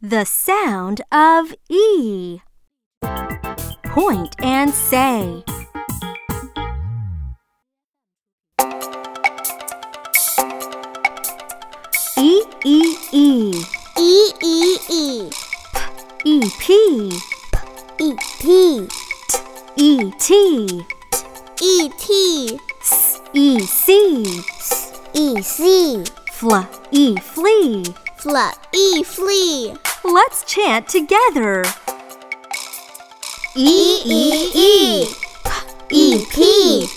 The sound of E. Point and say. E E E E E E E P E P E T E T S E C E C Fl E flea. Fla E flea Let's chant together. E E E E P